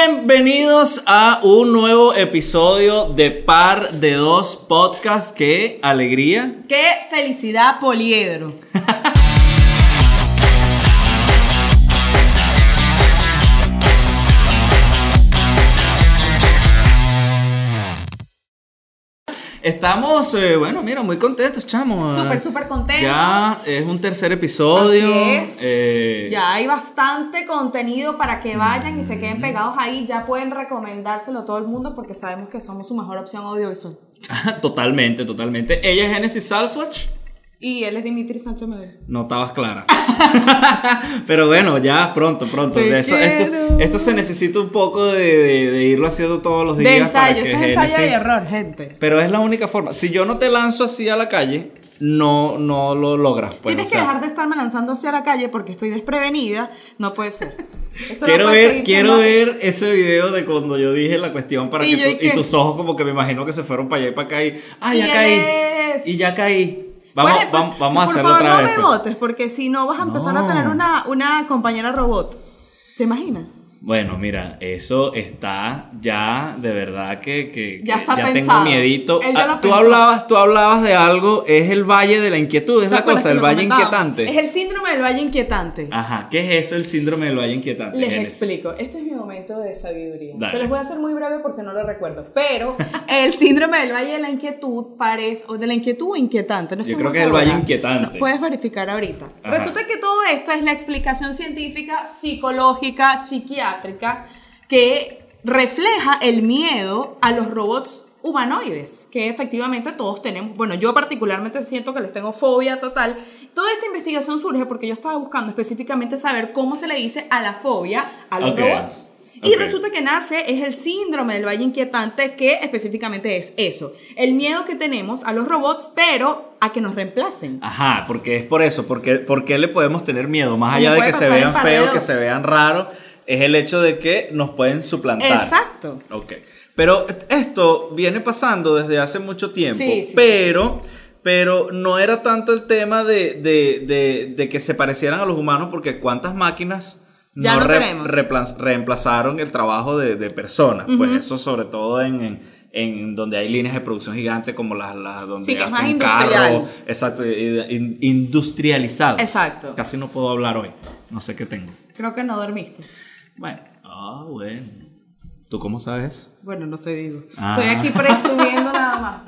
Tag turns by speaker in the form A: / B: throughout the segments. A: Bienvenidos a un nuevo episodio de Par de Dos Podcast. ¡Qué alegría!
B: ¡Qué felicidad, Poliedro!
A: Estamos, eh, bueno, mira, muy contentos, chamo.
B: Súper, súper contentos.
A: Ah, Ya es un tercer episodio.
B: Así es.
A: Eh,
B: Ya hay bastante contenido para que vayan y se queden pegados ahí. Ya pueden recomendárselo a todo el mundo porque sabemos que somos su mejor opción audiovisual.
A: Totalmente, totalmente. Ella es Genesis Salswatch.
B: Y él es Dimitri Sánchez Medel.
A: No estabas clara. Pero bueno, ya pronto, pronto.
B: Te
A: De eso, esto,
B: quiero.
A: esto se necesita un poco de, de- de irlo haciendo todos los días.
B: De
A: para
B: ensayo,
A: que
B: esto es ensayo
A: Genesis-
B: y error, gente.
A: Pero es la única forma. Si yo no te lanzo así a la calle, no, no lo logras. Pues,
B: Tienes
A: o
B: que
A: sea,
B: dejar de estarme lanzando hacia la calle porque estoy desprevenida. No puede ser. Esto no
A: Quiero
B: puede
A: ver,
B: seguir
A: quiero
B: siendo así.
A: ver ese video de cuando yo dije la cuestión para
B: Y
A: que
B: yo,
A: tú-
B: ¿y
A: y
B: qué?
A: tus ojos como que me imagino que se fueron para allá y para acá y ah ya
B: Y
A: caí
B: es-
A: y ya caí. Vamos,
B: Pues, pues,
A: vamos, vamos a
B: por
A: hacerlo
B: favor,
A: otra
B: no
A: vez.
B: me
A: pues.
B: votes, porque si no vas a empezar
A: No.
B: a tener una, una compañera robot. ¿Te imaginas?
A: Bueno, mira, eso está ya de verdad que, que-
B: Ya
A: que
B: está
A: tengo
B: pensado.
A: miedito.
B: Él ya
A: Ah,
B: lo
A: tú
B: pensó.
A: hablabas, tú hablabas de algo, es el valle de la inquietud, es
B: ¿Te
A: la
B: acuerdas
A: cosa,
B: que
A: el
B: lo
A: valle
B: comentábamos?
A: inquietante.
B: Es el síndrome del valle inquietante.
A: Ajá, ¿qué es eso el síndrome del valle inquietante?
B: Les
A: Génesis?
B: explico, este es mi momento de sabiduría.
A: Dale.
B: Se los voy a hacer muy breve porque no lo recuerdo, pero el síndrome del valle de la inquietud parece, o de la inquietud o inquietante, no
A: Yo
B: estoy
A: creo
B: muy
A: que es el valle
B: segura. Pues
A: inquietante.
B: No, puedes verificar ahorita.
A: Ajá.
B: Resulta que todo esto es la explicación científica, psicológica, psiquiátrica, que refleja el miedo a los robots humanoides, que efectivamente todos tenemos. Bueno, yo particularmente siento que les tengo fobia total. Toda esta investigación surge porque yo estaba buscando específicamente saber cómo se le dice a la fobia a los
A: Ok.
B: robots. Y
A: Ok.
B: resulta que nace es el síndrome del valle inquietante, que específicamente es eso, el miedo que tenemos a los robots, pero a que nos reemplacen.
A: Ajá, porque es por eso, porque, porque le podemos tener miedo, más allá
B: Como
A: de
B: puede
A: que se
B: pasar en
A: vean
B: Par de
A: feos, que
B: Dos.
A: se vean raros, es el hecho de que nos pueden suplantar.
B: Exacto.
A: Ok. Pero est- esto viene pasando desde hace mucho tiempo.
B: Sí, sí,
A: pero, pero no era tanto el tema de, de- de- de que se parecieran a los humanos, porque cuántas máquinas
B: Ya no
A: re-
B: tenemos.
A: replan- reemplazaron el trabajo de, de personas. Pues eso sobre todo en, en- en donde hay líneas de producción gigantes como las, las donde
B: Sí, que es más
A: hacen
B: industrial.
A: carros, exacto, i- in- industrializados.
B: Exacto.
A: Casi no puedo hablar hoy. No sé qué tengo.
B: Creo que no dormiste.
A: Bueno. Ah, bueno. ¿Tú cómo sabes?
B: Bueno, no sé, digo.
A: Ah.
B: Estoy aquí presumiendo nada más,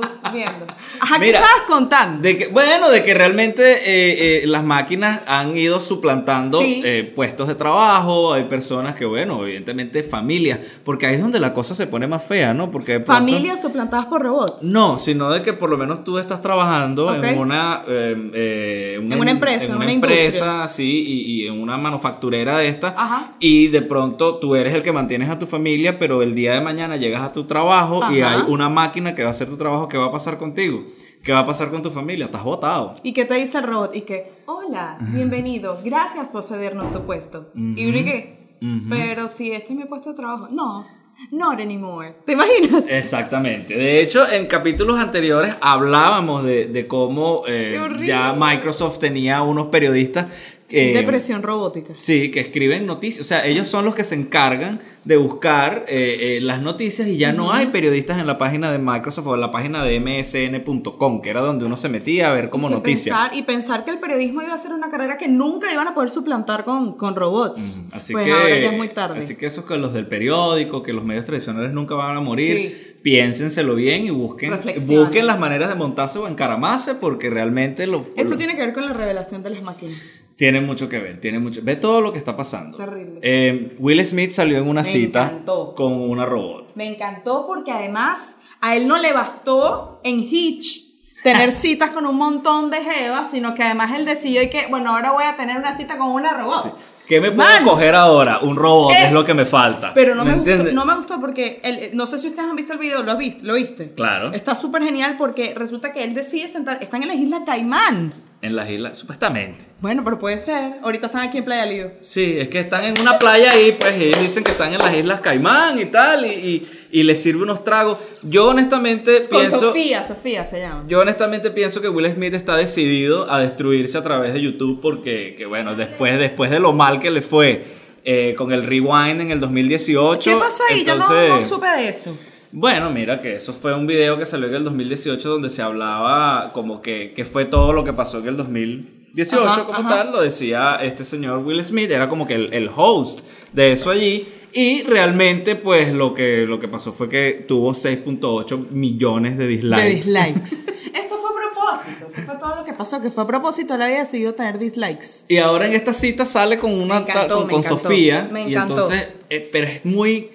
B: presumiendo. Ajá, ¿qué
A: Mira.
B: estabas contando?
A: De que, bueno, de que realmente eh, eh, las máquinas han ido suplantando
B: Sí.
A: eh, puestos de trabajo, hay personas que, bueno, evidentemente familias, porque ahí es donde la cosa se pone más fea, ¿no? Porque de pronto-
B: Familias suplantadas por robots.
A: No, sino de que por lo menos tú estás trabajando en
B: Ok.
A: una, eh, eh,
B: En una empresa,
A: en
B: en
A: una,
B: una
A: empresa,
B: industria.
A: sí, y, y en una manufacturera de esta,
B: Ajá.
A: y de pronto tú eres el que mantienes a tu familia, pero el día de mañana llegas a tu trabajo y hay
B: Ajá.
A: una máquina que va a hacer tu trabajo, ¿qué va a pasar contigo? ¿Qué va a pasar con tu familia? Estás botado.
B: ¿Y qué te dice el robot? Y que, hola, bienvenido, gracias por cedernos tu puesto. Y uno y que,
A: Ujú.
B: pero si este es mi puesto de trabajo. No, not anymore. ¿Te imaginas?
A: Exactamente. De hecho, en capítulos anteriores habláamos de, de cómo eh,
B: Qué horrible.
A: ya Microsoft tenía unos periodistas que...
B: Depresión robótica.
A: Sí, que escriben noticias. O sea, ellos son los que se encargan de buscar eh, eh, las noticias y ya no hay periodistas en la página de Microsoft o en la página de msn.com, que era donde uno se metía a ver como
B: Que
A: noticias.
B: pensar- y pensar que el periodismo iba a ser una carrera que nunca iban a poder suplantar con, con robots.
A: Así
B: pues
A: que,
B: ahora ya es muy tarde.
A: Así que esos que los del periódico, que los medios tradicionales nunca van a morir,
B: Sí.
A: piénsenselo bien y busquen,
B: Reflexionen.
A: busquen las maneras de montarse o encaramarse porque realmente lo,
B: Esto
A: lo-
B: tiene que ver con la revelación de las máquinas.
A: tiene mucho que ver, tiene mucho. Ve todo lo que está pasando.
B: Terrible.
A: Eh, Will Smith salió en una
B: Me
A: cita
B: encantó.
A: con una robot.
B: Me encantó porque además a él no le bastó en Hitch tener citas con un montón de jevas, sino que además él decidió y que, bueno, ahora voy a tener una cita con una robot.
A: ¿Qué me puedo
B: Mano.
A: coger ahora? Un robot es,
B: Es-
A: lo que me falta.
B: Pero no me, gustó,
A: entiendes?
B: no me gustó porque, él- no sé si ustedes han visto el video, ¿lo, has visto? ¿Lo viste?
A: Claro.
B: Está súper genial porque resulta que él decide sentar, están en la isla Caimán.
A: En las islas, supuestamente.
B: Bueno, pero puede ser. Ahorita están aquí en Playa Lido.
A: Sí, es que están en una playa ahí, pues y ellos dicen que están en las islas Caimán y tal, y, y, y les sirve unos tragos. Yo honestamente
B: Con
A: pienso...
B: Sofía, Sofía se llama.
A: Yo honestamente pienso que Will Smith está decidido a destruirse a través de YouTube porque, que bueno, después, después de lo mal que le fue eh, con el rewind en el 2018.
B: ¿Qué pasó ahí? Yo
A: Entonces,
B: no, no supe de eso.
A: Bueno, mira que eso fue un video que salió en el 2018 donde se hablaba como que, que fue todo lo que pasó en el 2018
B: Ajá,
A: como
B: ajá.
A: tal, lo decía este señor Will Smith, era como que el, el host de eso allí y realmente pues lo que, lo que pasó fue que tuvo 6.8 millones de dislikes.
B: De dislikes. Esto fue a propósito. Eso fue todo lo que pasó, que fue a propósito. Él había decidido tener dislikes.
A: Y ahora en esta cita sale con una
B: Me encantó,
A: ta- con,
B: me
A: con
B: encantó.
A: Sofía
B: Me
A: y
B: encantó.
A: entonces eh, pero es muy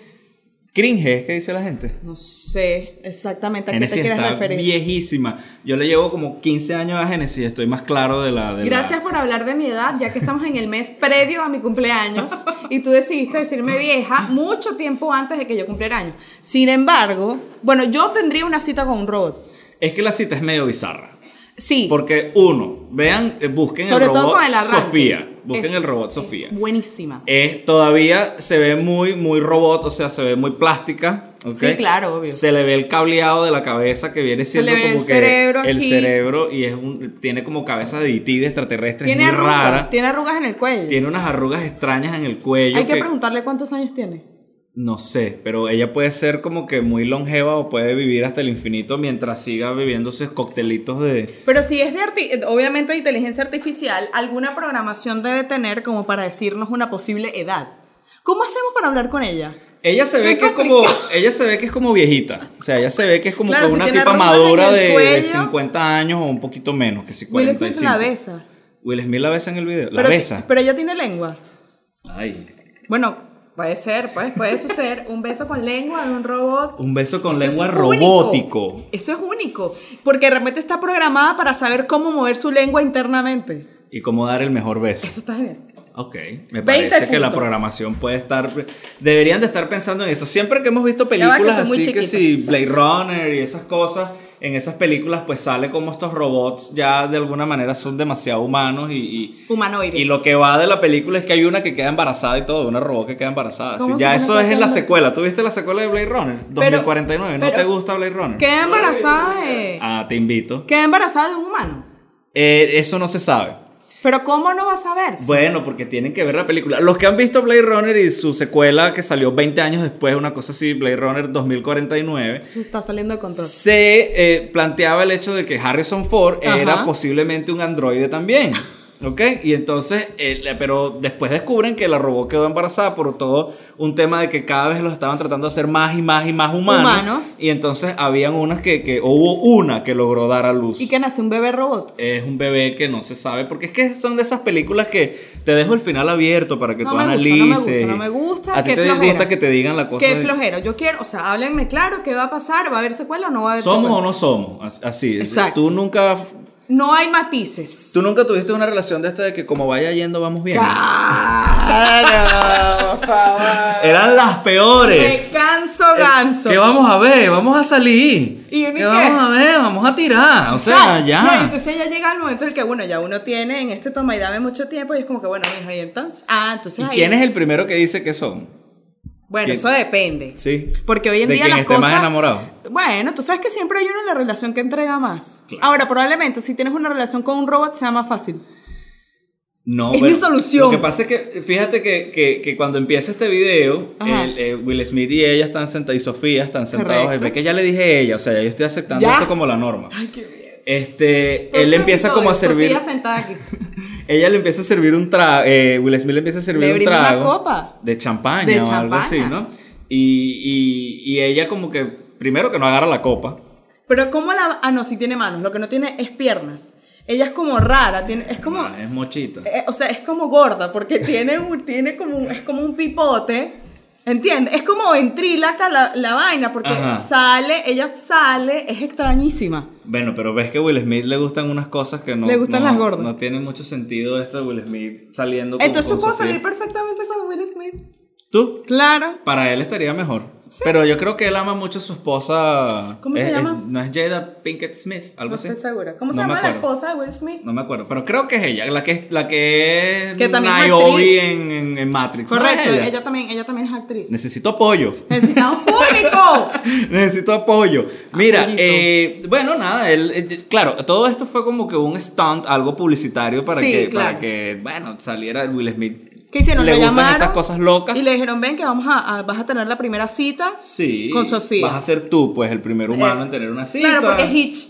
A: cringe, es que dice la gente.
B: No sé exactamente a qué
A: Genesis
B: te quieres
A: está
B: referir.
A: viejísima. Yo le llevo como 15 años a Genesis, estoy más claro de la. de la-
B: Gracias por hablar de mi edad, ya que estamos en el mes previo a mi cumpleaños y tú decidiste decirme vieja mucho tiempo antes de que yo cumpliera años. Sin embargo, bueno, yo tendría una cita con un robot.
A: Es que la cita es medio bizarra.
B: Sí,
A: Porque, uno, vean, eh, busquen
B: sobre
A: el
B: todo
A: robot
B: con el arranque.
A: Sofía. Busquen
B: Es-
A: el robot
B: es
A: Sofía.
B: buenísima.
A: Es, todavía se ve muy, muy robot, o sea, se ve muy plástica. ¿ok?
B: Sí, claro, obvio.
A: Se le ve el cableado de la cabeza que viene siendo
B: le ve
A: como
B: el
A: que
B: cerebro
A: el
B: aquí.
A: cerebro y es un, tiene como cabeza de DT de extraterrestre,
B: Tiene
A: es muy
B: arrugas,
A: rara.
B: tiene arrugas en el cuello.
A: Tiene unas arrugas extrañas en el cuello.
B: Hay que
A: que-
B: preguntarle cuántos años tiene.
A: No sé, pero ella puede ser como que muy longeva o puede vivir hasta el infinito mientras siga bebiéndose coctelitos de...
B: Pero si es de arti- eh, obviamente de inteligencia artificial, alguna programación debe tener como para decirnos una posible edad. ¿Cómo hacemos para hablar con ella?
A: Ella se ve que es como ella se ve que es como viejita, o sea, ella se ve que es como
B: Claro,
A: que
B: si
A: una
B: tiene
A: tipa
B: arrugas
A: madura
B: en el
A: de, de
B: cuello.
A: 50 años o un poquito menos, que si
B: Will
A: 45.
B: Smith la besa.
A: Will Smith la besa en el video, la
B: pero,
A: besa.
B: pero ella tiene lengua.
A: Ay,
B: Bueno, puede ser, pues puede suceder un beso con lengua de un robot.
A: un beso con
B: Eso es
A: lengua
B: único.
A: robótico.
B: Eso es único, porque realmente está programada para saber cómo mover su lengua internamente.
A: Y cómo dar el mejor beso.
B: Eso está genial.
A: Ok, me parece que la
B: puntos.
A: programación puede estar. Deberían de estar pensando en esto. Siempre que hemos visto
B: verdad que
A: películas
B: son muy
A: así que
B: chiquitas.
A: si Blade Runner y esas cosas, en esas películas pues sale como estos robots ya de alguna manera son demasiado humanos y, y,
B: Humanoides.
A: y lo que va de la película es que hay una que queda embarazada y todo, una robot que queda embarazada. Sí,
B: ¿Cómo se
A: ya
B: llama
A: eso
B: esa
A: es en la
B: que queda
A: secuela. ¿Tú viste la secuela de Blade Runner?
B: Pero-
A: 2049. ¿No
B: pero-
A: te gusta Blade Runner?
B: Queda embarazada de.
A: Ah, te invito.
B: Queda embarazada de un humano.
A: Eh, eso no se sabe.
B: Pero ¿cómo no vas a ver?
A: Bueno, porque tienen que ver la película. Los que han visto Blade Runner y su secuela que salió 20 años después, una cosa así, Blade Runner 2049,
B: Se está saliendo de control.
A: se eh, planteaba el hecho de que Harrison Ford
B: Ajá.
A: era posiblemente un androide también. ¿Ok? Y entonces, eh, le- pero después descubren que la robot quedó embarazada por todo un tema de que cada vez los estaban tratando de hacer más y más y más humanos.
B: Humanos.
A: Y entonces habían unas que, que o hubo una que logró dar a luz
B: Y que nace un bebé robot.
A: es un bebé que no se sabe, porque es que son de esas películas que te dejo el final abierto para que
B: No
A: tú
B: me gusta,
A: analices.
B: no me gusta, no me gusta,
A: A ti
B: qué
A: te
B: flojera.
A: gusta que te digan la cosa.
B: Qué
A: de-
B: flojero. Yo quiero, o sea, háblenme claro qué va a pasar, va a haber secuela o no va a haber
A: somos o
B: secuela.
A: no somos, as- así.
B: Exacto.
A: Tú nunca,
B: No hay matices.
A: tú nunca tuviste una relación de esta de que como vaya yendo vamos bien.
B: Claro, por favor.
A: Eran las
B: Me
A: peores.
B: canso
A: Eh,
B: ganso.
A: ¿Qué vamos a ver? Vamos a salir.
B: ¿Y uno y
A: ¿Qué
B: qué?
A: vamos a ver? Vamos a tirar. O sea,
B: Sal.
A: ya.
B: No, y entonces ya llega el momento en el que, bueno, ya uno tiene en este toma y dame mucho tiempo y es como que, bueno, mijo, y entonces. Ah, entonces
A: ¿Y
B: ahí.
A: quién es el primero que dice que son?
B: Bueno,
A: quién?
B: eso depende.
A: Sí.
B: Porque hoy en
A: De
B: día
A: quien
B: las
A: esté
B: cosas.
A: más enamorado.
B: Bueno, tú sabes que siempre hay uno en la relación que entrega más.
A: Claro.
B: Ahora, probablemente si tienes una relación con un robot sea más fácil.
A: No,
B: Es
A: pero
B: mi solución.
A: Lo que pasa es que, fíjate que, que- que cuando empieza este video,
B: Ajá.
A: el, eh, Will Smith y ella están sentados, y Sofía están sentados, y
B: Correcto.
A: ve que ya le dije ella, o sea, ya yo estoy aceptando
B: ¿Ya?
A: esto como la norma.
B: Ay, qué bien.
A: Este, él empieza como a servir,
B: Sofía sentada aquí.
A: ella le empieza a servir un trago, Will Smith le empieza a servir
B: Le
A: un
B: brinda una
A: trago.
B: copa.
A: De champaña
B: De
A: o algo
B: champaña.
A: así, ¿no? Y, y- y ella como que, primero que no agarra la copa.
B: Pero cómo la... Ah, no, sí tiene manos. Lo que no tiene es piernas. Ella es como rara. Tiene... Es como...
A: Ah, es mochita.
B: eh, o sea, es como gorda porque tiene, un- tiene como un, es como un pipote. ¿Entiendes? Es como ventrílaca la, la vaina porque
A: Ajá.
B: sale, ella sale, es extrañísima.
A: Bueno, pero ves que a Will Smith le gustan unas cosas que no...
B: Le gustan
A: no-
B: las gordas.
A: No tiene mucho sentido esto de Will Smith saliendo con
B: Entonces
A: con
B: puedo
A: Sofía.
B: salir perfectamente con Will Smith.
A: ¿Tú?
B: Claro.
A: Para él estaría mejor. Pero yo creo que él ama mucho a su esposa.
B: ¿Cómo se
A: Es- es-
B: llama?
A: no es Jada Pinkett Smith, algo
B: No
A: así.
B: estoy segura. ¿Cómo se
A: No me
B: llama la
A: acuerdo.
B: esposa de Will Smith?
A: No me acuerdo, pero creo que es ella, la que es, la que es
B: Que también es
A: Niobe
B: actriz.
A: en, en- en Matrix. ¿no es
B: Correcto,
A: ella?
B: ella? también, ella también es actriz.
A: Necesito apoyo.
B: Necesitamos público.
A: Necesito apoyo. Mira,
B: Apoyito.
A: eh, bueno, nada, él, eh, claro, todo esto fue como que un stunt, algo publicitario para,
B: Sí,
A: que,
B: claro.
A: para que, bueno, saliera Will Smith
B: ¿Qué hicieron?
A: le
B: Lo
A: gustan
B: llamaron
A: estas cosas locas.
B: Y le dijeron, ven que vamos a, a- vas a tener la primera cita
A: Sí.
B: con Sofía.
A: Vas a ser tú, pues, el primer humano
B: Eso.
A: en tener una cita.
B: Claro, porque es Hitch.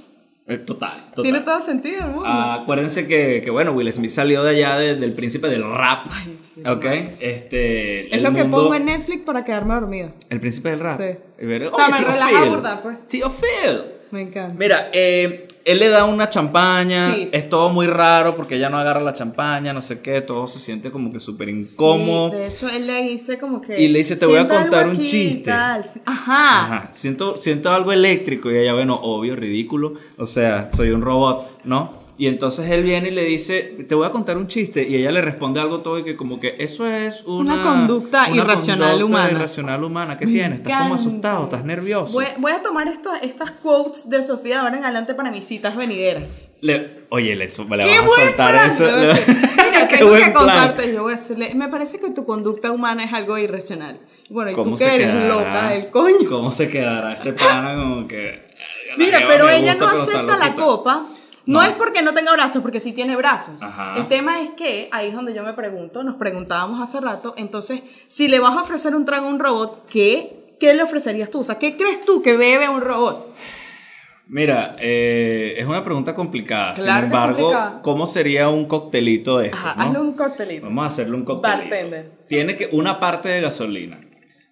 A: Eh, Total, total.
B: Tiene todo sentido, el mundo.
A: Ah, acuérdense que, que, bueno, Will Smith salió de allá de- del príncipe del rap.
B: sí,
A: ok. Este,
B: es lo que pongo en Netflix para quedarme dormida.
A: El príncipe del rap.
B: Sí.
A: Y ver-
B: O sea,
A: "Oye,
B: me
A: tío
B: relaja
A: Phil,
B: burda, pues".
A: Tío Phil.
B: Me encanta.
A: Mira, eh, él le da una champaña,
B: Sí.
A: es todo muy raro porque ella no agarra la champaña, no sé qué, todo se siente como que súper incómodo.
B: Sí, de hecho, él le dice como que.
A: Y le dice, "Te voy a
B: "Sienta
A: contar
B: algo
A: un
B: aquí",
A: chiste.
B: tal. Ajá.
A: Ajá, siento, siento algo eléctrico y ella, bueno, obvio, ridículo, o sea, soy un robot, ¿no? Y entonces él viene y le dice, te voy a contar un chiste y ella le responde algo todo y que como que eso es una...
B: Una conducta irracional
A: conducta
B: humana".
A: irracional humana, ¿qué
B: Me
A: tienes? Estás como
B: encanta.
A: asustado, estás nervioso.
B: Voy, voy a tomar esto- estas quotes de Sofía de ahora en adelante para mis citas venideras.
A: Le- oye, le, so- le
B: ¡Qué
A: vamos a
B: buen
A: soltar
B: plan!
A: eso.
B: Le voy a decir, Mira,
A: Qué
B: tengo
A: buen
B: que
A: plan.
B: contarte. Yo voy a decirle, me parece que tu conducta humana es algo irracional. Y Bueno, y tú que eres
A: quedará?
B: loca del coño.
A: ¿Cómo se quedará ese pana como que...
B: Mira,
A: "Jeva,
B: pero
A: me
B: ella
A: gusta,
B: no
A: pero está
B: acepta la
A: loquita"?
B: copa. No,
A: No.
B: es porque no tenga brazos, porque sí tiene brazos.
A: Ajá.
B: El tema es que, ahí es donde yo me pregunto, nos preguntábamos hace rato, entonces, si le vas a ofrecer un trago a un robot, ¿qué, qué le ofrecerías tú? O sea, ¿qué crees tú que bebe un robot?
A: Mira, eh, es una pregunta complicada.
B: Claro que
A: Sin embargo,
B: complicada.
A: ¿cómo sería un coctelito de esto?
B: Ajá,
A: no?
B: hazle un coctelito.
A: Vamos a hacerle un coctelito.
B: Bartender.
A: Tiene que una parte de gasolina,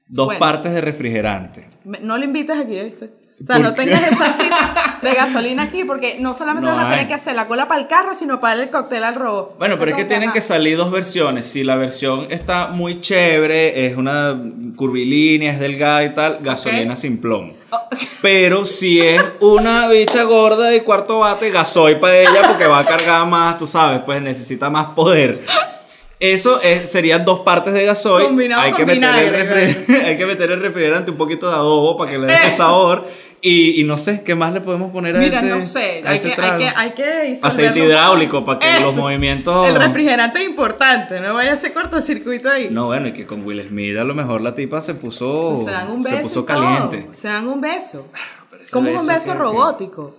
A: dos
B: Bueno.
A: partes de refrigerante.
B: Me- No le invites aquí, ¿viste? O sea,
A: ¿Por
B: no
A: qué?
B: tengas esa cita de gasolina aquí, porque no solamente
A: No
B: vas a tener
A: hay.
B: que hacer la cola para el carro, sino para el cóctel al robot.
A: Bueno, pero es que
B: Entonces,
A: tienen
B: ajá.
A: que salir dos versiones. Si la versión está muy chévere, es una curvilínea, es delgada y tal, gasolina sin plomo.
B: Oh,
A: Pero si es una bicha gorda de cuarto bate, gasoil para ella porque va a cargar más, tú sabes, pues necesita más poder. Eso es- serían dos partes de gasoil.
B: Combinado
A: hay, que
B: con
A: meter el
B: vinagre,
A: refri- hay que meter el refrigerante un poquito de adobo para que le dé
B: Eso.
A: sabor. Y, y no sé, ¿qué más le podemos poner a
B: Mira,
A: ese
B: no sé,
A: a
B: hay
A: ese
B: que, hay
A: trago?
B: que, hay que disolverlo
A: Aceite
B: un poco.
A: hidráulico para que los
B: Eso.
A: movimientos-
B: El refrigerante es importante, no vaya a hacer cortocircuito ahí.
A: No, bueno, y que con Will Smith a lo mejor la tipa se puso.
B: Pues se dan un beso.
A: se puso
B: y todo.
A: caliente.
B: Se dan un beso.
A: pero ese
B: Como un
A: beso
B: beso
A: que-
B: robótico.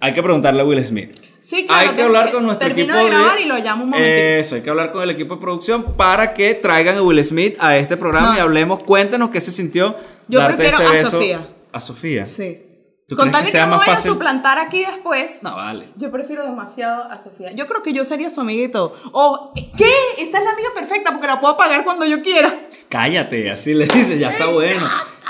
A: Hay que preguntarle a Will Smith.
B: Sí, claro,
A: Hay que
B: te-
A: hablar con nuestro
B: termino
A: equipo Eh,
B: de grabar y lo llamo un momentito.
A: Eso, hay que hablar con el equipo de producción para que traigan a Will Smith a este programa
B: No.
A: y hablemos. Cuéntanos qué se sintió.
B: Yo
A: darte
B: prefiero
A: ese
B: a
A: beso.
B: Sofía.
A: A Sofía.
B: Sí.
A: ¿Tú
B: Con
A: crees
B: tal
A: que
B: de que
A: sea
B: no
A: más
B: vaya
A: fácil?
B: a suplantar aquí después.
A: No, vale.
B: Yo prefiero demasiado a Sofía. Yo creo que yo sería su amiguito. O, ¿qué? Esta es la amiga perfecta porque la puedo pagar cuando yo quiera.
A: Cállate, así le dice, ya está bueno.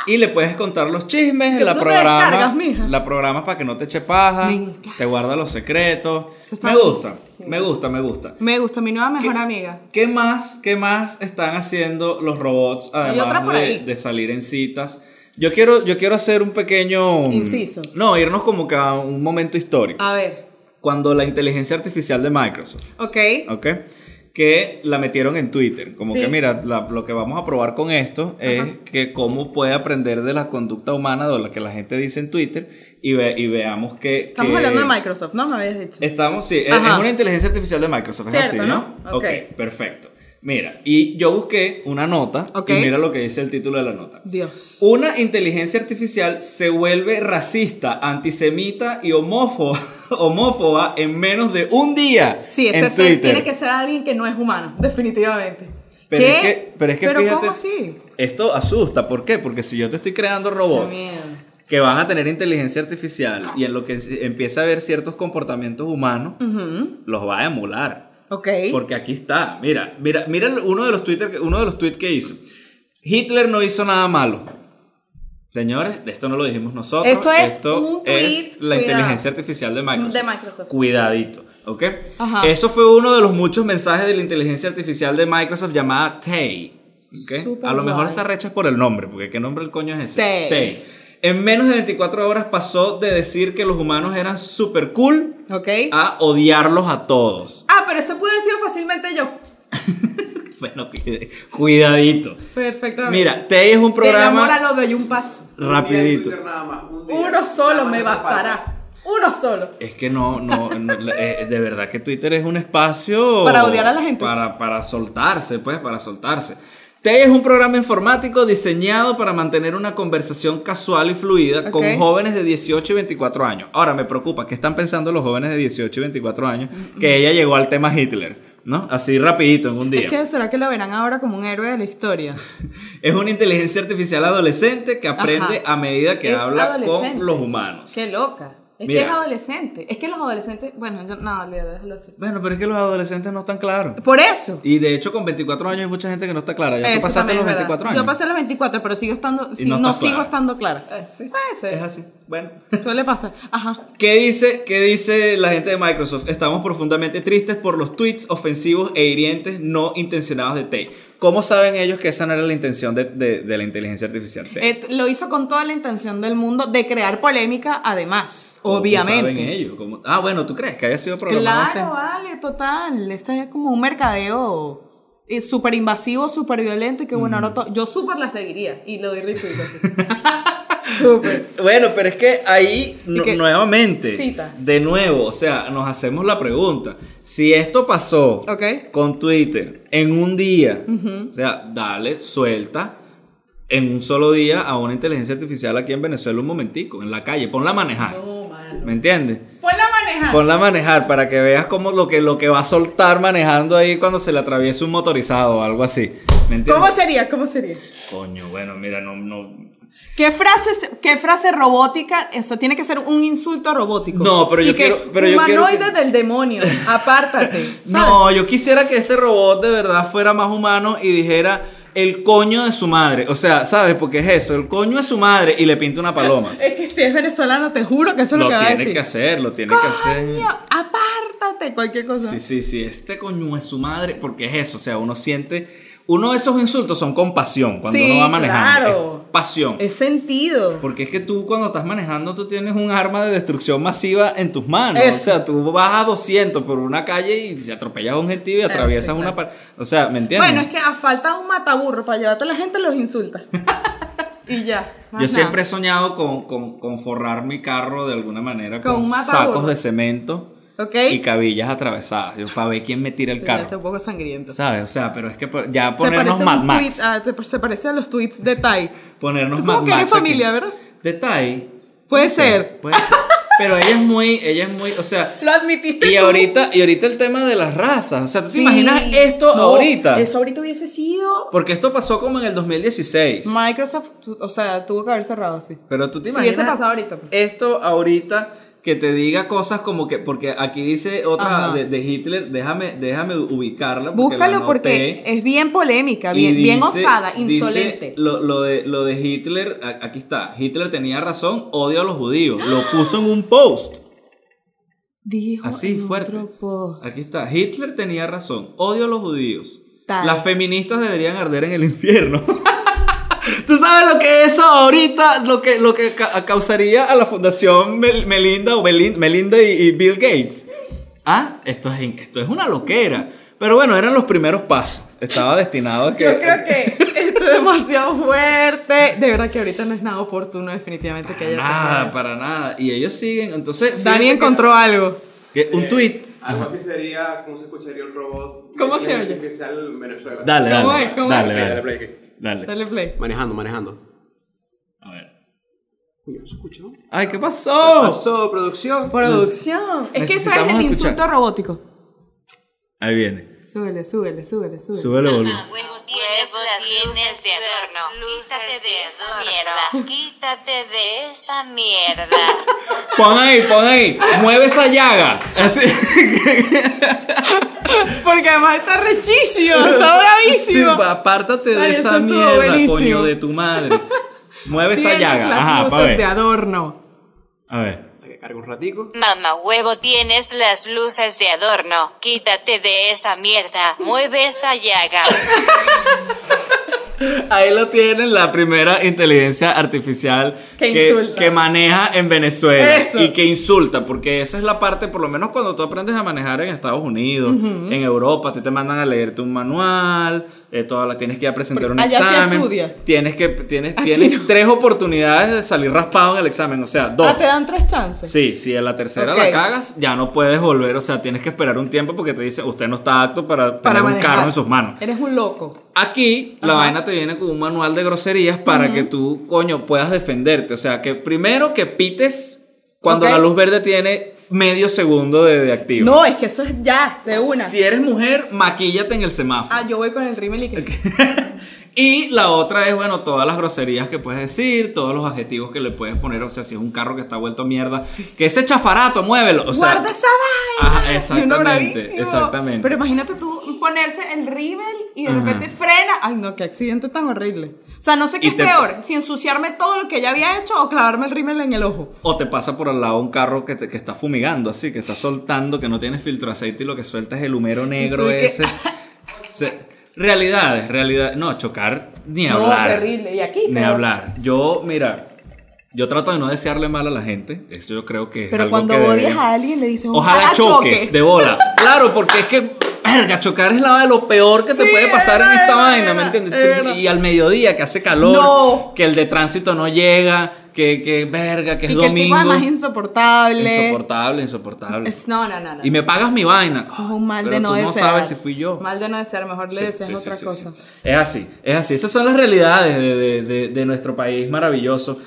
A: Y le puedes contar los chismes,
B: Que
A: la
B: tú no te
A: programa,
B: descargas, mija.
A: la programa para que no te eche paja,
B: Me encanta.
A: te guarda los secretos.
B: Eso está
A: Me gusta,
B: buenísimo.
A: me gusta, me gusta.
B: Me gusta, mi nueva mejor
A: ¿Qué?
B: amiga.
A: ¿Qué más, qué más están haciendo los robots
B: otra
A: además
B: por
A: de,
B: ahí.
A: de salir en citas? Yo quiero, yo quiero hacer un pequeño... um,
B: Inciso. Ah.
A: No, irnos como que a un momento histórico.
B: A ver,
A: Cuando la inteligencia artificial de Microsoft,
B: ok.
A: ¿ok? Que la metieron en Twitter. Como
B: Sí.
A: que, mira, la- lo que vamos a probar con esto es que cómo puede aprender de la conducta humana de lo que la gente dice en Twitter y, ve- y veamos que...
B: Estamos
A: que-
B: hablando de Microsoft, ¿no? Me habías dicho.
A: Estamos, sí, es-
B: Ajá.
A: es una inteligencia artificial de Microsoft, es
B: Cierto,
A: así, ¿no?
B: ¿no? Ok.
A: ok, perfecto. Mira, y yo busqué una nota
B: Ok.
A: y mira lo que dice el título de la nota.
B: Dios.
A: Una inteligencia artificial se vuelve racista, antisemita y homófoba, homófoba en menos de un día
B: Sí,
A: en
B: este ser
A: Twitter.
B: tiene que ser alguien que no es humano, definitivamente.
A: Pero
B: ¿Qué?
A: es que- pero es que fíjate-
B: ¿cómo así?
A: Esto asusta, ¿por qué? Porque si yo te estoy creando robots
B: Qué miedo.
A: que van a tener inteligencia artificial y en lo que se- empieza a ver ciertos comportamientos humanos,
B: Ujú,
A: los va a emular.
B: Ok.
A: Porque aquí está, mira, mira, mira uno de los Twitter, que- uno de los tweets que hizo. Hitler no hizo nada malo. Señores, esto no lo dijimos nosotros.
B: Esto es un tweet,
A: es la
B: cuidado.
A: inteligencia artificial de Microsoft.
B: De Microsoft.
A: Cuidadito, ¿ok?
B: Ajá.
A: Eso fue uno de los muchos mensajes de la inteligencia artificial de Microsoft llamada Tay. ¿ok?
B: Súper
A: A lo mejor
B: guay.
A: está recha por el nombre, porque ¿qué nombre el coño es ese?
B: Tay.
A: Tay. En menos de 24 horas pasó de decir que los humanos eran super cool
B: Ok.
A: a odiarlos a todos.
B: Ah, pero eso pudo haber sido fácilmente yo.
A: Bueno, cuide- cuidadamente. cuidadito.
B: Perfectamente.
A: Mira, Tay es un programa
B: lo doy un paso.
A: rapidito.
C: Twitter nada más, un día.
B: Uno solo
C: Nada más
B: me
C: hace falta.
B: bastará. Uno solo.
A: Es que no, no, no, la- eh, de verdad que Twitter es un espacio
B: Para odiar a la gente.
A: Para, para soltarse, pues, para soltarse. Tay es un programa informático diseñado para mantener una conversación casual y fluida
B: Ok.
A: con jóvenes de 18 y 24
B: Mm,
A: años. Ahora me preocupa, ¿qué están pensando los jóvenes de 18 y 24 años? Que ella llegó al tema Hitler. ¿no? Así rapidito en un día.
B: Es que será que lo verán ahora como un héroe de la historia.
A: Es una inteligencia artificial adolescente que aprende
B: Ajá.
A: a medida que
B: Es
A: habla
B: adolescente.
A: con los humanos.
B: Qué loca. Es
A: Mira.
B: que es adolescente. Es que los adolescentes. Bueno, yo, no, le- déjalo así.
A: Bueno, pero es que los adolescentes no están claros.
B: Por eso.
A: Y de hecho, con 24 años hay mucha gente que no está clara. Ya tú
B: Eso
A: pasaste
B: también
A: los
B: es verdad.
A: 24
B: Yo
A: años.
B: pasé los 24, pero sigo estando. sí,
A: no
B: no
A: estás
B: sigo
A: clara.
B: estando clara. Eh, sí, ¿sabes?
A: Es así. Bueno.
B: Suele pasar. Ajá.
A: ¿Qué dice, ¿Qué dice la gente de Microsoft? Estamos profundamente tristes por los tweets ofensivos e hirientes no intencionados de Tay. ¿Cómo saben ellos que esa no era la intención de, de- de la inteligencia artificial Tay?
B: Eh, lo hizo con toda la intención del mundo de crear polémica, además,
A: ¿Cómo
B: obviamente.
A: saben ellos? ¿Cómo? Ah, bueno, ¿tú crees que haya sido programado así?
B: Claro, vale, total. Este es como un mercadeo eh, súper invasivo, súper violento y que bueno, ahora to- yo súper la seguiría y le doy retweet así. Súper.
A: Bueno, pero es que ahí nu-
B: que-
A: nuevamente,
B: Cita.
A: de nuevo, o sea, nos hacemos la pregunta, si esto pasó
B: Ok.
A: con Twitter en un día, o sea, dale, suelta en un solo día a una inteligencia artificial aquí en Venezuela un momentico, en la calle, ponla a manejar,
B: No, mano.
A: ¿me entiendes?
B: Ponla a manejar.
A: Ponla a manejar para que veas como lo que, lo que va a soltar manejando ahí cuando se le atraviese un motorizado o algo así. ¿Me entiendes?
B: ¿Cómo sería? ¿Cómo sería?
A: Coño, bueno, mira, no, no,
B: ¿Qué frase, ¿Qué frase robótica? Eso tiene que ser un insulto robótico.
A: No, pero yo
B: Y que,
A: quiero- pero yo quiero
B: humanoide
A: que-
B: del demonio, apártate. ¿sabes?
A: No, yo quisiera que este robot de verdad fuera más humano y dijera el coño de su madre. O sea, ¿sabes? Porque es eso, el coño de su madre y le pinta una paloma.
B: Es que si es venezolano, te juro que eso es lo,
A: lo
B: que va a
A: tiene
B: decir.
A: que hacer, lo tiene que hacer.
B: Coño, apártate, cualquier cosa.
A: Sí, sí, sí, este coño es su madre, porque es eso, o sea, uno siente... Uno de esos insultos son con pasión, cuando
B: Sí,
A: uno va manejando.
B: claro.
A: es pasión.
B: Es sentido.
A: Porque es que tú cuando estás manejando, tú tienes un arma de destrucción masiva en tus manos.
B: Eso.
A: O sea, tú vas a 200 por una calle y se atropellas a un objetivo y
B: Claro,
A: atraviesas
B: sí,
A: una...
B: claro.
A: par- O sea, ¿me entiendes?
B: Bueno, es que a falta de un mataburro para llevarte a la gente los insulta. y ya. más
A: Yo
B: nada.
A: siempre he soñado con, con- con forrar mi carro de alguna manera
B: Con
A: con,
B: un mapa
A: sacos
B: burro.
A: de cemento
B: ¿Ok?
A: y cabillas atravesadas. Yo, para ver quién me tira el
B: Sí, ya está
A: carro.
B: un poco sangriento.
A: ¿Sabes? O sea, pero es que pa- ya
B: Se parece,
A: ponernos
B: un
A: Mad
B: tweet,
A: Max.
B: ah, se- se parece a los tweets de Tai.
A: Ponernos
B: Tú
A: Mad
B: como que eres
A: Max aquí.
B: familia, ¿verdad?
A: De Tai.
B: Puede
A: Sí,
B: ser.
A: puede ser. Pero ella es muy, ella es muy, o sea.
B: Lo admitiste.
A: Y
B: tú.
A: ahorita, y ahorita el tema de las razas. O sea, ¿tú te
B: Sí.
A: imaginas esto
B: No,
A: ahorita?
B: Eso ahorita hubiese sido.
A: Porque esto pasó como en el 2016.
B: Microsoft, tu- o sea, tuvo que haber cerrado así.
A: Pero tú te
B: Si
A: imaginas.
B: hubiese pasado ahorita. pues.
A: esto ahorita que te diga cosas como que porque aquí dice otra
B: Ajá.
A: de, de Hitler déjame déjame ubicarla porque la
B: Búscalo porque
A: anoté,
B: es bien polémica,
A: y
B: bien, bien
A: dice-
B: osada,
A: dice
B: insolente.
A: lo, lo de lo de Hitler a- aquí está Hitler tenía razón odio a los judíos lo puso en un post
B: Dijo
A: así
B: en
A: fuerte
B: otro post.
A: aquí está Hitler tenía razón odio a los judíos
B: Tal.
A: las feministas deberían arder en el infierno Tú sabes lo que eso ahorita, lo que, lo que ca- causaría a la fundación Mel- Melinda o Belin- Melinda y, y Bill Gates. Ah, esto es, in- esto es una loquera. Pero bueno, eran los primeros pasos. Estaba destinado a que.
B: Yo creo que esto es demasiado fuerte. De verdad que ahorita no es nada oportuno, definitivamente, que haya.
A: Nada,
B: tenido
A: para nada. Y ellos siguen. Entonces.
B: eso.
A: fíjate
B: Dani
A: que-
B: encontró algo.
A: que un tweet.
C: Eh, Algo así sería, ¿cómo se escucharía el robot?
B: ¿Cómo se oye?
C: Artificial en Venezuela.
A: Dale, dale.
B: ¿Cómo es? ¿Cómo es?
A: dale,
C: Dale,
A: dale,
C: play aquí.
A: dale.
B: Dale play.
C: Manejando, manejando.
A: A ver.
C: Uy, no se escucha, ¿no?
A: Ay, ¿qué pasó?
C: Pasó, producción.
B: Producción. Es que eso es el
A: necesitamos
B: insulto
A: escuchar.
B: robótico.
A: Ahí viene.
B: Súbele, súbele, súbele, súbele.
A: Sube el volumen.
D: Huevo tienes las luces de adorno. Quítate de esa mierda. Quítate de esa mierda.
A: Pon ahí, pon ahí. Mueve esa llaga. Así.
B: Porque además está rechísimo, está
A: Sí,
B: bravísimo.
A: pa- apártate
B: Ay,
A: de
B: eso
A: esa
B: estuvo
A: mierda,
B: buenísimo.
A: coño de tu madre. Mueve esa
B: Tienes
A: llaga.
B: las
A: Ajá, pa'
B: luces de
A: ver.
B: adorno.
A: A ver.
C: Hay que cargar un ratico.
D: Mamá huevo tienes las luces de adorno. Quítate de esa mierda. Mueve esa llaga.
A: Ahí lo tienen, la primera inteligencia artificial
B: Que
A: que,
B: insulta.
A: que maneja en Venezuela
B: Eso.
A: y que insulta, porque esa es la parte, por lo menos cuando tú aprendes a manejar en Estados Unidos, en Europa, te, te mandan a leerte un manual, eh, toda la, tienes que ir a presentar
B: Porque
A: un
B: allá sí
A: examen,
B: estudias.
A: tienes que tienes,
B: Aquí
A: tienes
B: no.
A: tres oportunidades de salir raspado en el examen, o sea, dos.
B: Ah, te dan tres chances.
A: Sí, si en la tercera
B: Ok.
A: la cagas, ya no puedes volver, o sea, tienes que esperar un tiempo porque te dice, usted no está apto para,
B: Para
A: tener un
B: manejar.
A: carro en sus manos.
B: Eres un loco.
A: Aquí la vaina te viene con un manual de groserías para que tú, coño, puedas defenderte. O sea, que primero que pites cuando
B: Ok.
A: la luz verde tiene medio segundo de, de activo.
B: No, es que eso es ya, de una.
A: Si eres mujer, maquíllate en el semáforo.
B: Ah, yo voy con el rímel y que.
A: Y la otra es, bueno, todas las groserías que puedes decir, todos los adjetivos que le puedes poner. O sea, si es un carro que está vuelto mierda, que ese chafarato, muévelo. O sea,
B: Guarda esa vaina.
A: Ajá, exactamente,
B: Y uno bravísimo.
A: exactamente.
B: Pero imagínate tú ponerse el rímel y de
A: Ajá.
B: repente frena. Ay, no, qué accidente tan horrible. O sea, no sé qué
A: Y
B: es
A: te-
B: peor, si ensuciarme todo lo que ya había hecho o clavarme el rímel en el ojo.
A: O te pasa por al lado un carro que, te- que está fumigando, así, que está soltando, que no tiene filtro de aceite y lo que suelta es el humero negro
B: Y tú y que-
A: ese. Se- realidades, realidades. No, chocar ni
B: No,
A: hablar.
B: terrible. Y aquí,
A: Ni
B: peor.
A: hablar. Yo, mira, yo trato de no desearle mal a la gente. Esto yo creo que es
B: Pero
A: algo
B: cuando
A: que
B: odias
A: deberíamos-
B: a alguien le dices,
A: Ojalá choques de bola. Claro, porque es que, verga, chocar es la, lo peor que te
B: Sí,
A: puede
B: es
A: pasar en
B: verdad,
A: esta
B: es
A: vaina,
B: verdad,
A: ¿me
B: es verdad.
A: entiendes? Y al mediodía que hace calor,
B: No.
A: que el de tránsito no llega, que, que verga, que es
B: y que el tipo
A: domingo.
B: además es insoportable.
A: insoportable, insoportable.
B: Es- no, no, no, no.
A: Y me pagas mi vaina.
B: Eso es un mal
A: Pero
B: de no
A: tú
B: desear.
A: no sabes si fui yo.
B: Mal de no desear, mejor le
A: Sí,
B: deseas
A: sí, sí,
B: otra
A: sí,
B: cosa.
A: sí. Es así, es así. Esas son las realidades de, de- de- de nuestro país maravilloso.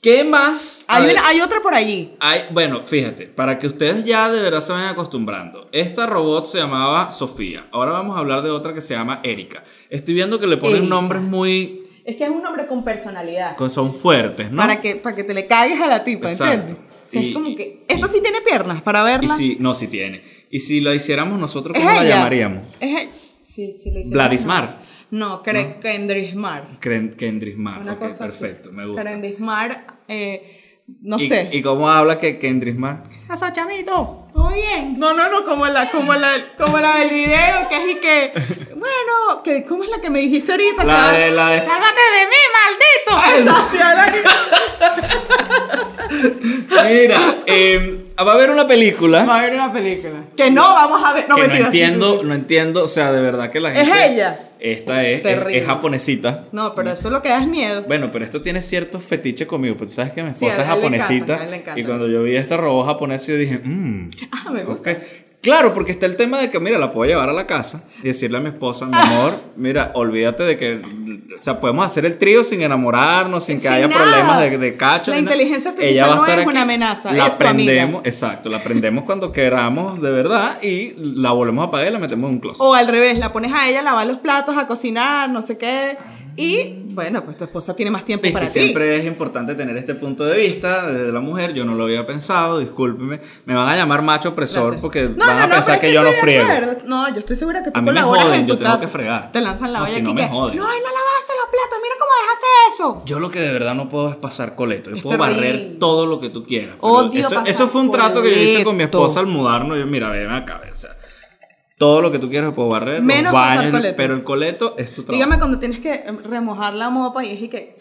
A: ¿Qué más? A
B: Hay,
A: ver,
B: una, hay otra por allí.
A: hay- bueno, fíjate, para que ustedes ya de verdad se vayan acostumbrando. Esta robot se llamaba Sofía. Ahora vamos a hablar de otra que se llama Erika. Estoy viendo que le ponen
B: Erika.
A: nombres muy.
B: Es que es un hombre con personalidad.
A: que son fuertes, ¿no?
B: Para, que, para que te le caigas a la tipa,
A: Exacto.
B: ¿entiendes? O sea,
A: Y-
B: es como que.
A: y-
B: Esta sí tiene piernas para
A: Y
B: verla.
A: si, no, si tiene. Y si lo hiciéramos nosotros,
B: es
A: ¿cómo
B: ella.
A: la llamaríamos?
B: Es e- Sí, sí, le hicieron.
A: Vladismar.
B: No, Kre- Kendrismar.
A: Kren- Kendrismar.
B: Una
A: Ah, Ok,
B: cosa así.
A: perfecto, me gusta.
B: Kendrismar, eh, no
A: ¿Y,
B: sé.
A: ¿Y cómo habla que Kendrismar?
B: Eso, chamito, ¿todo bien? No, no, no, como la, como la, como la del video, que es y que, bueno, que, ¿cómo es la que me dijiste ahorita?
A: La
B: Que-
A: de, la de.
B: ¡Sálvate de mí, maldito! Esa, sí, la que-
A: Mira, eh, va a haber una película.
B: Va a haber una película. Que no vamos a ver, no,
A: que no
B: mentira, sí, sí,
A: entiendo,
B: sí.
A: no entiendo, o sea, de verdad que la
B: ¿Es
A: gente.
B: ella?
A: Esta es, es,
B: Terrible.
A: es japonesita.
B: No, pero eso lo que da es miedo.
A: Bueno, pero esto tiene cierto fetiche conmigo, pero tú sabes que mi
B: Sí,
A: esposa es
B: a él le encanta,
A: japonesita.
B: a él le encanta.
A: Y cuando yo vi esta robot japonesa, yo dije, mmm.
B: Ah, me gusta.
A: ok". Claro, porque está el tema de que, mira, la puedo llevar a la casa y decirle a mi esposa, mi amor, mira, olvídate de que, o sea, podemos hacer el trío sin enamorarnos, sin que
B: Sin
A: haya
B: nada.
A: problemas de, de cacho.
B: La
A: ni nada.
B: inteligencia artificial
A: Ella va a
B: no
A: estar
B: es una
A: aquí,
B: amenaza,
A: La
B: es tu amiga.
A: prendemos, exacto, la prendemos cuando queramos, de verdad, y la volvemos a apagar y la metemos en un closet.
B: O al revés, la pones a ella a lavar los platos, a cocinar, no sé qué. Y bueno, pues tu esposa tiene más tiempo
A: Viste,
B: para ti.
A: siempre Ah. es importante tener este punto de vista desde la mujer. Yo no lo había pensado, discúlpeme. Me van a llamar macho opresor
B: Gracias.
A: porque
B: No,
A: van
B: no,
A: a
B: no,
A: pensar
B: pero
A: que,
B: es
A: yo no
B: estoy de
A: friego.
B: acuerdo. No, yo estoy segura que tú
A: A mí me
B: colaboras
A: joden,
B: en tu
A: yo tengo
B: casa.
A: que fregar.
B: Te lanzan la
A: No,
B: olla
A: si
B: aquí
A: no me
B: que,
A: joden.
B: No, ay, no lavaste los platos, mira cómo dejaste eso.
A: Yo lo que de verdad no puedo es pasar coleto. Yo
B: Es
A: puedo
B: terrible.
A: barrer todo lo que tú quieras. pero
B: Odio
A: eso,
B: pasar
A: eso fue un trato que yo hice con mi
B: coleto.
A: esposa al mudarnos. Yo, mira, ven acá, ven, o sea, todo lo que tú quieras yo puedo barrer. los
B: Menos pasar
A: baños,
B: coleto.
A: Pero el coleto es tu trabajo.
B: Dígame cuando tienes que eh, remojar la mopa y es y que.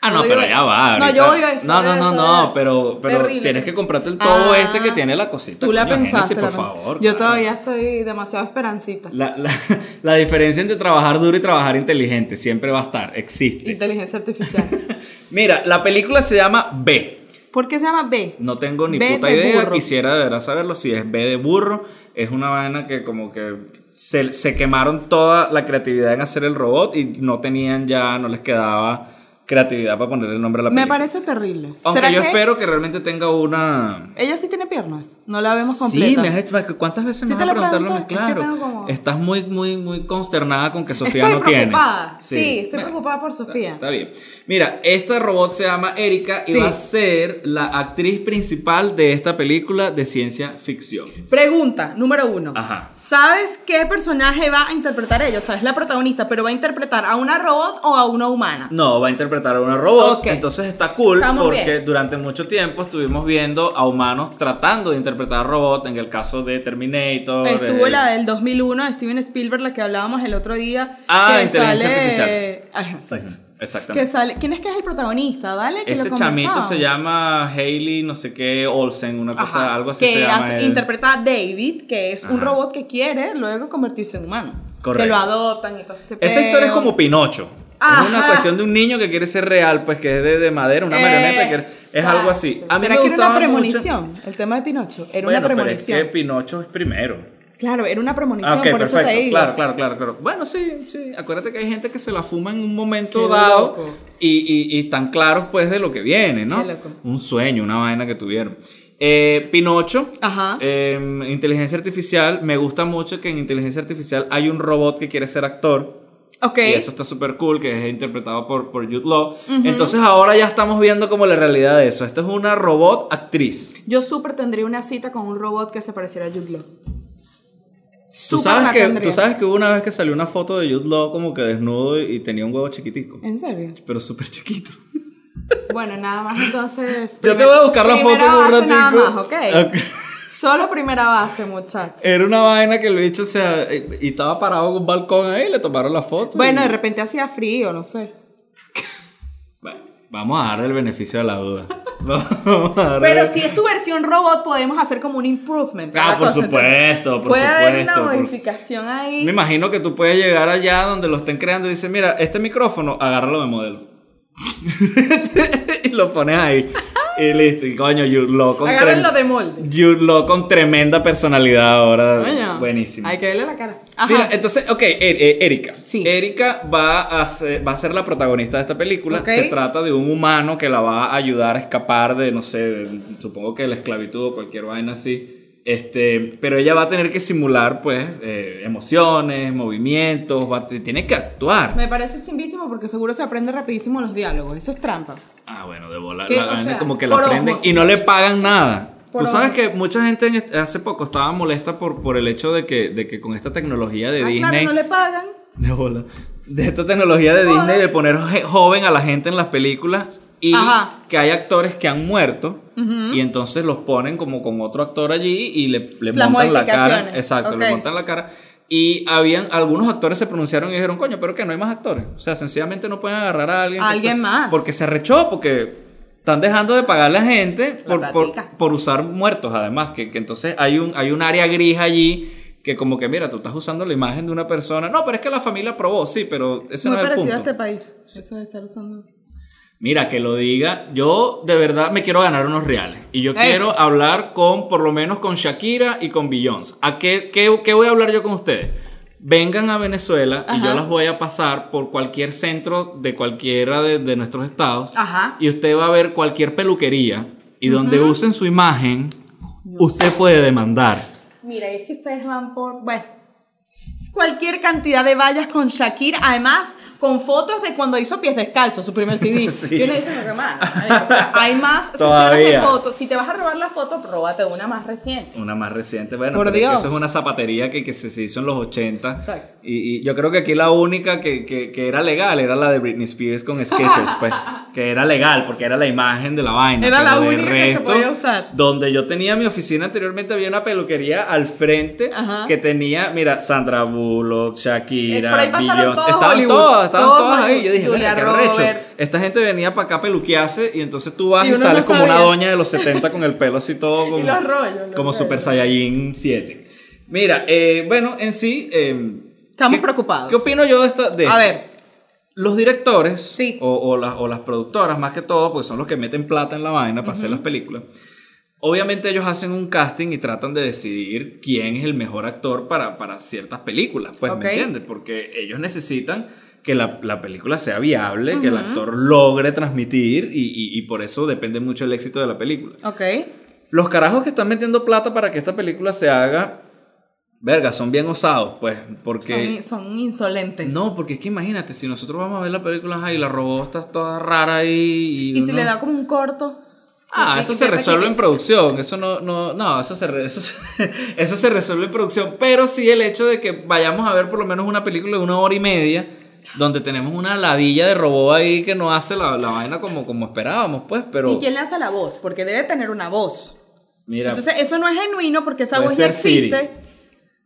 A: Ah, no,
B: Odio
A: pero
B: eso.
A: ya va.
B: No,
A: ahorita-
B: yo odio eso.
A: No, no,
B: odio
A: no,
B: eso,
A: no,
B: odio eso.
A: pero, pero
B: Terrible.
A: tienes que comprarte el todo
B: Ah,
A: este que tiene la cosita.
B: Tú la
A: coño, Génesis,
B: pensaste, la
A: por
B: pensaste.
A: favor.
B: Yo
A: claro.
B: todavía estoy demasiado esperancita.
A: La, la, la diferencia entre trabajar duro y trabajar inteligente siempre va a estar, existe.
B: Inteligencia artificial.
A: Mira, la película se llama B.
B: ¿Por qué se llama B?
A: No tengo ni
B: B
A: puta
B: de
A: idea,
B: burro.
A: quisiera de verdad saberlo. Si es B de burro, es una vaina que como que se, se quemaron toda la creatividad en hacer el robot y no tenían ya, no les quedaba creatividad para poner el nombre a la película.
B: Me parece terrible.
A: Aunque
B: ¿Será
A: yo
B: que
A: espero que realmente tenga una...
B: Ella sí tiene piernas. No la vemos
A: Sí,
B: completa.
A: me has hecho. ¿Cuántas veces
B: Sí
A: me
B: te
A: vas a
B: lo
A: preguntar lo
B: pregunté,
A: mismo?
B: es que
A: Claro.
B: tengo como-
A: Estás muy, muy, muy consternada con que Sofía
B: estoy
A: no tiene.
B: preocupada. Sí, estoy preocupada por Sofía.
A: Está bien. Mira, esta robot se llama Erika y
B: Sí.
A: va a ser la actriz principal de esta película de ciencia ficción.
B: Pregunta número uno.
A: Ajá.
B: ¿Sabes qué personaje va a interpretar ella? O sea, es la protagonista, pero va a interpretar a una robot o a una humana.
A: No, va a interpretar a una robot,
B: Ok.
A: entonces está cool
B: Estamos
A: porque
B: bien.
A: durante mucho tiempo estuvimos viendo a humanos tratando de interpretar a robot en el caso de Terminator.
B: Estuvo
A: eh,
B: la del 2001 de Steven Spielberg, la que hablábamos el otro día.
A: Ah,
B: que
A: inteligencia
B: Ajá, exacto.
A: Exactamente.
B: Que sale... ¿Quién es que es el protagonista, vale? Que lo
A: Ese chamito
B: conversamos.
A: se llama Hailey, no sé qué, Olsen, una cosa,
B: Ajá,
A: algo así
B: que
A: se llama.
B: hace-
A: él.
B: interpreta a David, que es un
A: Ajá.
B: robot que quiere luego convertirse en humano.
A: Correcto.
B: Que lo adoptan y todo este
A: Esa historia es
B: peo.
A: como Pinocho.
B: Ajá.
A: Es una cuestión de un niño que quiere ser real, pues que es de, de madera, una marioneta, que es
B: Exacto.
A: algo así. A mí
B: ¿Será
A: me
B: que era
A: gustaba
B: una
A: mucho-
B: premonición? El tema de Pinocho. Era
A: Bueno, pero
B: una
A: es
B: premonición.
A: que Pinocho es primero.
B: Claro, era una
A: Ah,
B: premonición,
A: ok,
B: por
A: perfecto.
B: eso te digo.
A: Claro, claro, claro, claro. Bueno, sí, sí. Acuérdate que hay gente que se la fuma en un momento
B: Qué
A: dado
B: loco.
A: y, y, y tan claros pues de lo que viene, ¿no?
B: Qué loco.
A: Un sueño, una vaina que tuvieron. Eh, Pinocho,
B: Ajá.
A: eh, inteligencia artificial. Me gusta mucho que en inteligencia artificial hay un robot que quiere ser actor.
B: Ok.
A: Y eso está súper cool, que es interpretado por, por Jude Law. Entonces ahora ya estamos viendo como la realidad de eso. Esta es una robot actriz.
B: Yo súper tendría una cita con un robot que se pareciera a Jude Law.
A: ¿Tú
B: Súper la
A: sabes, que,
B: tendría.
A: tú sabes que hubo una vez que salió una foto de Jude Law como que desnudo y tenía un huevo chiquitico.
B: ¿En serio?
A: Pero súper chiquito.
B: Bueno, nada más entonces.
A: Yo te
B: primer-
A: voy a buscar la foto
B: primera
A: en un
B: base
A: ratito.
B: Nada más, ok.
A: Ok.
B: Solo primera base, muchachos.
A: Era una vaina que el bicho se... Y estaba parado en un balcón ahí y le tomaron la foto.
B: Bueno,
A: y-
B: de repente hacía frío, no sé.
A: Bueno, vamos a darle el beneficio de la duda. Vamos a darle-
B: Pero si es su versión robot, podemos hacer como un improvement. a
A: Ah,
B: la
A: por
B: cosa,
A: supuesto, por
B: Puede haber una
A: supuesto, por-
B: modificación ahí.
A: Me imagino que tú puedes llegar allá donde lo estén creando y dices, mira, este micrófono, agárralo de modelo. y lo pones ahí. Y listo. Y coño, Jude Law con
B: Agárrenlo
A: trem-
B: de molde.
A: Jude Law con tremenda personalidad ahora.
B: Coño.
A: Buenísimo.
B: Hay que verle la cara. Ajá.
A: Mira, entonces, ok, E- eh, Erika.
B: Sí.
A: Erika va a, ser, va a ser la protagonista de esta película.
B: Ok.
A: Se trata de un humano que la va a ayudar a escapar de, no sé, de- supongo que la esclavitud o cualquier vaina así. Este, pero ella va a tener que simular, pues, eh, emociones, movimientos, va a- tiene que actuar.
B: Me parece chimbísimo porque seguro se aprende rapidísimo los diálogos. Eso es trampa.
A: Ah, bueno, de volar.
B: ¿Qué?
A: La
B: O
A: vaina
B: sea,
A: como que la
B: por
A: aprenden
B: osmosis.
A: y no le pagan nada.
B: Por
A: Tú sabes
B: osmosis.
A: que mucha gente en este- hace poco estaba molesta por, por el hecho de que, de que con esta tecnología de
B: Ah,
A: Disney.
B: claro, no le pagan.
A: De bola. De esta tecnología de
B: Joder.
A: Disney de poner je- joven a la gente en las películas y
B: Ajá.
A: que hay actores que han muerto y entonces los ponen como con otro actor allí y le, le
B: Las
A: montan la cara.
B: modificaciones.
A: Exacto, le
B: Ok.
A: montan la cara. Y habían, algunos actores se pronunciaron y dijeron, coño, pero que no hay más actores. O sea, sencillamente no pueden agarrar a alguien.
B: A
A: que
B: alguien
A: está-
B: más.
A: Porque se arrechó, porque están dejando de pagarle a gente por, por-
B: platica.
A: por usar muertos, además. Que, que entonces hay un, hay un área gris allí que como que, mira, tú estás usando la imagen de una persona. No, pero es que la familia aprobó, sí, pero ese
B: Muy
A: no es el
B: parecido
A: punto.
B: a este país. Eso de estar usando.
A: Mira, que lo diga. Yo de verdad me quiero ganar unos reales. Y yo
B: Eso.
A: quiero hablar con, por lo menos con Shakira y con Beyoncé. ¿A qué, qué, qué voy a hablar yo con ustedes? Vengan a Venezuela y yo
B: Ajá.
A: las voy a pasar por cualquier centro de cualquiera de, de nuestros estados.
B: Ajá.
A: Y usted va a ver cualquier peluquería. Y donde usen su imagen, usted puede demandar.
B: Mira, es que ustedes van por. Bueno. es Cualquier cantidad de vallas con Shakira, además con fotos de cuando hizo pies descalzos, su primer CD. Yo no hice nada más. O sea, hay más sesiones de
A: Todavía.
B: fotos. Si te vas a robar la foto, róbate una más reciente.
A: Una más reciente, bueno,
B: Por
A: pero es que
B: Dios.
A: eso es una zapatería que, que se, se hizo en los 80.
B: Exacto.
A: Y, y yo creo que aquí la única que, que- que era legal era la de Britney Spears con Sketches, pues, que era legal porque era la imagen de la vaina.
B: Era la
A: pero del
B: única que se podía usar.
A: Donde yo tenía mi oficina anteriormente había una peluquería al frente
B: Ajá.
A: que tenía, mira, Sandra Bullock,
B: Es por
A: Shakira,
B: ahí pasaron
A: Beyoncé,
B: todos
A: estaban
B: Hollywood,
A: todas, estaban
B: todos
A: todas ahí.
B: Hollywood,
A: Yo dije,
B: Julia
A: "Verga, qué recho".
B: Roberts.
A: Esta gente venía para acá a peluquearse y entonces tú vas y,
B: Y uno no
A: sales como una
B: sabía.
A: doña de los 70 con el pelo así todo como,
B: los rollos, los
A: como
B: rollos.
A: Super Saiyajin 7. Mira, eh, bueno, en sí... eh,
B: Estamos
A: ¿qué-
B: preocupados.
A: ¿Qué opino yo de esta? de
B: A
A: esto?
B: ver,
A: Los directores
B: Sí.
A: o, o las, o las productoras, más que todo, porque son los que meten plata en la vaina para hacer las películas. Obviamente ellos hacen un casting y tratan de decidir quién es el mejor actor para, para ciertas películas, pues,
B: Ok.
A: ¿me entiendes? Porque ellos necesitan que la, la película sea viable, que el actor logre transmitir y, y- y por eso depende mucho el éxito de la película.
B: ok.
A: Los carajos que están metiendo plata para que esta película se haga, verga, son bien osados, pues, porque...
B: Son, in- son insolentes.
A: No, porque es que imagínate, si nosotros vamos a ver la película ajá, y la robot está toda rara ahí.
B: Y si
A: uno-
B: le da como un corto.
A: Ah,
B: Y-
A: eso
B: y
A: se
B: piensa
A: resuelve
B: que-
A: en producción. Eso no, no, no, eso se, re- eso, se- eso se resuelve en producción. Pero sí el hecho de que vayamos a ver por lo menos una película de una hora y media, donde tenemos una ladilla de robot ahí que no hace la, la vaina como, como esperábamos, pues. Pero
B: ¿Y quién le hace la voz? Porque debe tener una voz.
A: mira,
B: Entonces, eso no es genuino porque esa
A: Puede
B: voz ya
A: ser Siri.
B: existe.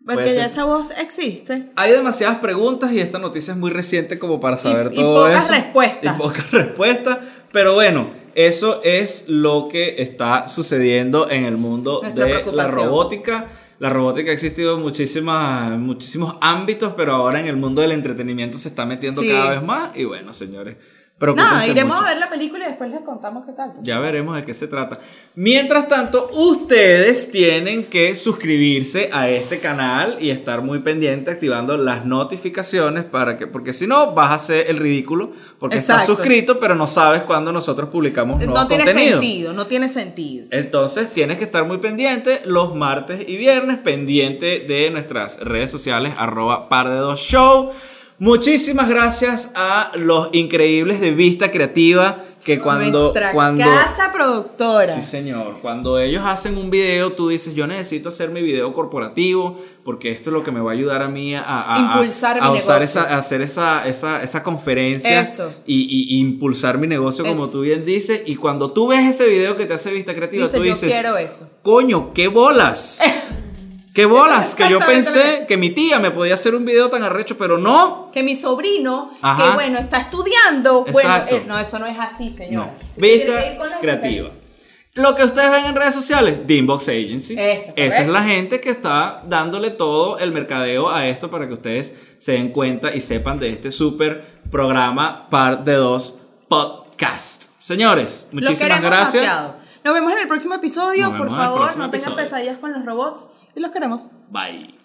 B: Porque
A: Puede ser-
B: ya esa voz existe.
A: hay demasiadas preguntas y esta noticia es muy reciente como para saber
B: y
A: todo
B: pocas
A: eso.
B: respuestas.
A: Y pocas respuestas. Pero bueno, eso es lo que está sucediendo en el mundo
B: Nuestra
A: de la
B: preocupación.
A: robótica. La robótica ha existido en muchísimas, muchísimos ámbitos, pero ahora en el mundo del entretenimiento se está metiendo
B: Sí.
A: cada vez más. Y bueno, señores, Preocúpense
B: Nada, iremos
A: mucho.
B: a ver la película y después les contamos qué tal.
A: Ya veremos de qué se trata. Mientras tanto, ustedes tienen que suscribirse a este canal y estar muy pendiente activando las notificaciones para que, porque si no, vas a hacer el ridículo porque estás
B: Exacto.
A: suscrito, pero no sabes cuándo nosotros publicamos nuevo
B: No tiene
A: contenido.
B: sentido, no tiene sentido.
A: Entonces tienes que estar muy pendiente los martes y viernes, pendiente de nuestras redes sociales, arroba par de dos show. Muchísimas gracias a los increíbles de Vista Creativa que cuando...
B: Nuestra
A: cuando
B: casa productora.
A: Sí, señor. Cuando ellos hacen un video, tú dices, yo necesito hacer mi video corporativo porque esto es lo que me va a ayudar a mí a, a- a-
B: Impulsar
A: a
B: mi
A: usar
B: negocio.
A: esa, a hacer esa, esa, esa conferencia
B: Eso.
A: Y, y- y impulsar mi negocio, como
B: Eso.
A: tú bien dices. Y cuando tú ves ese video que te hace vista creativa,
B: Dice,
A: tú dices,
B: yo quiero eso.
A: coño, qué bolas. qué bolas, que yo
B: Exactamente.
A: pensé que mi tía me podía hacer un video tan arrecho, pero no.
B: Que mi sobrino,
A: Ajá.
B: que bueno, está estudiando.
A: Exacto.
B: Bueno, eh, no, eso no es así, señora.
A: No.
B: Usted tiene que
A: Vista
B: ir con la
A: creativa. Lo que ustedes ven en redes sociales, de Inbox Agency.
B: Eso,
A: Esa es
B: correcto.
A: la gente que está dándole todo el mercadeo a esto para que ustedes se den cuenta y sepan de este súper programa Par de Dos Podcast. Señores,
B: Lo
A: muchísimas
B: queremos
A: gracias.
B: demasiado. Nos vemos en el próximo episodio.
A: Nos
B: Por
A: vemos en el
B: favor,
A: próximo
B: no tengan
A: episodio.
B: pesadillas con los robots y los queremos.
A: Bye.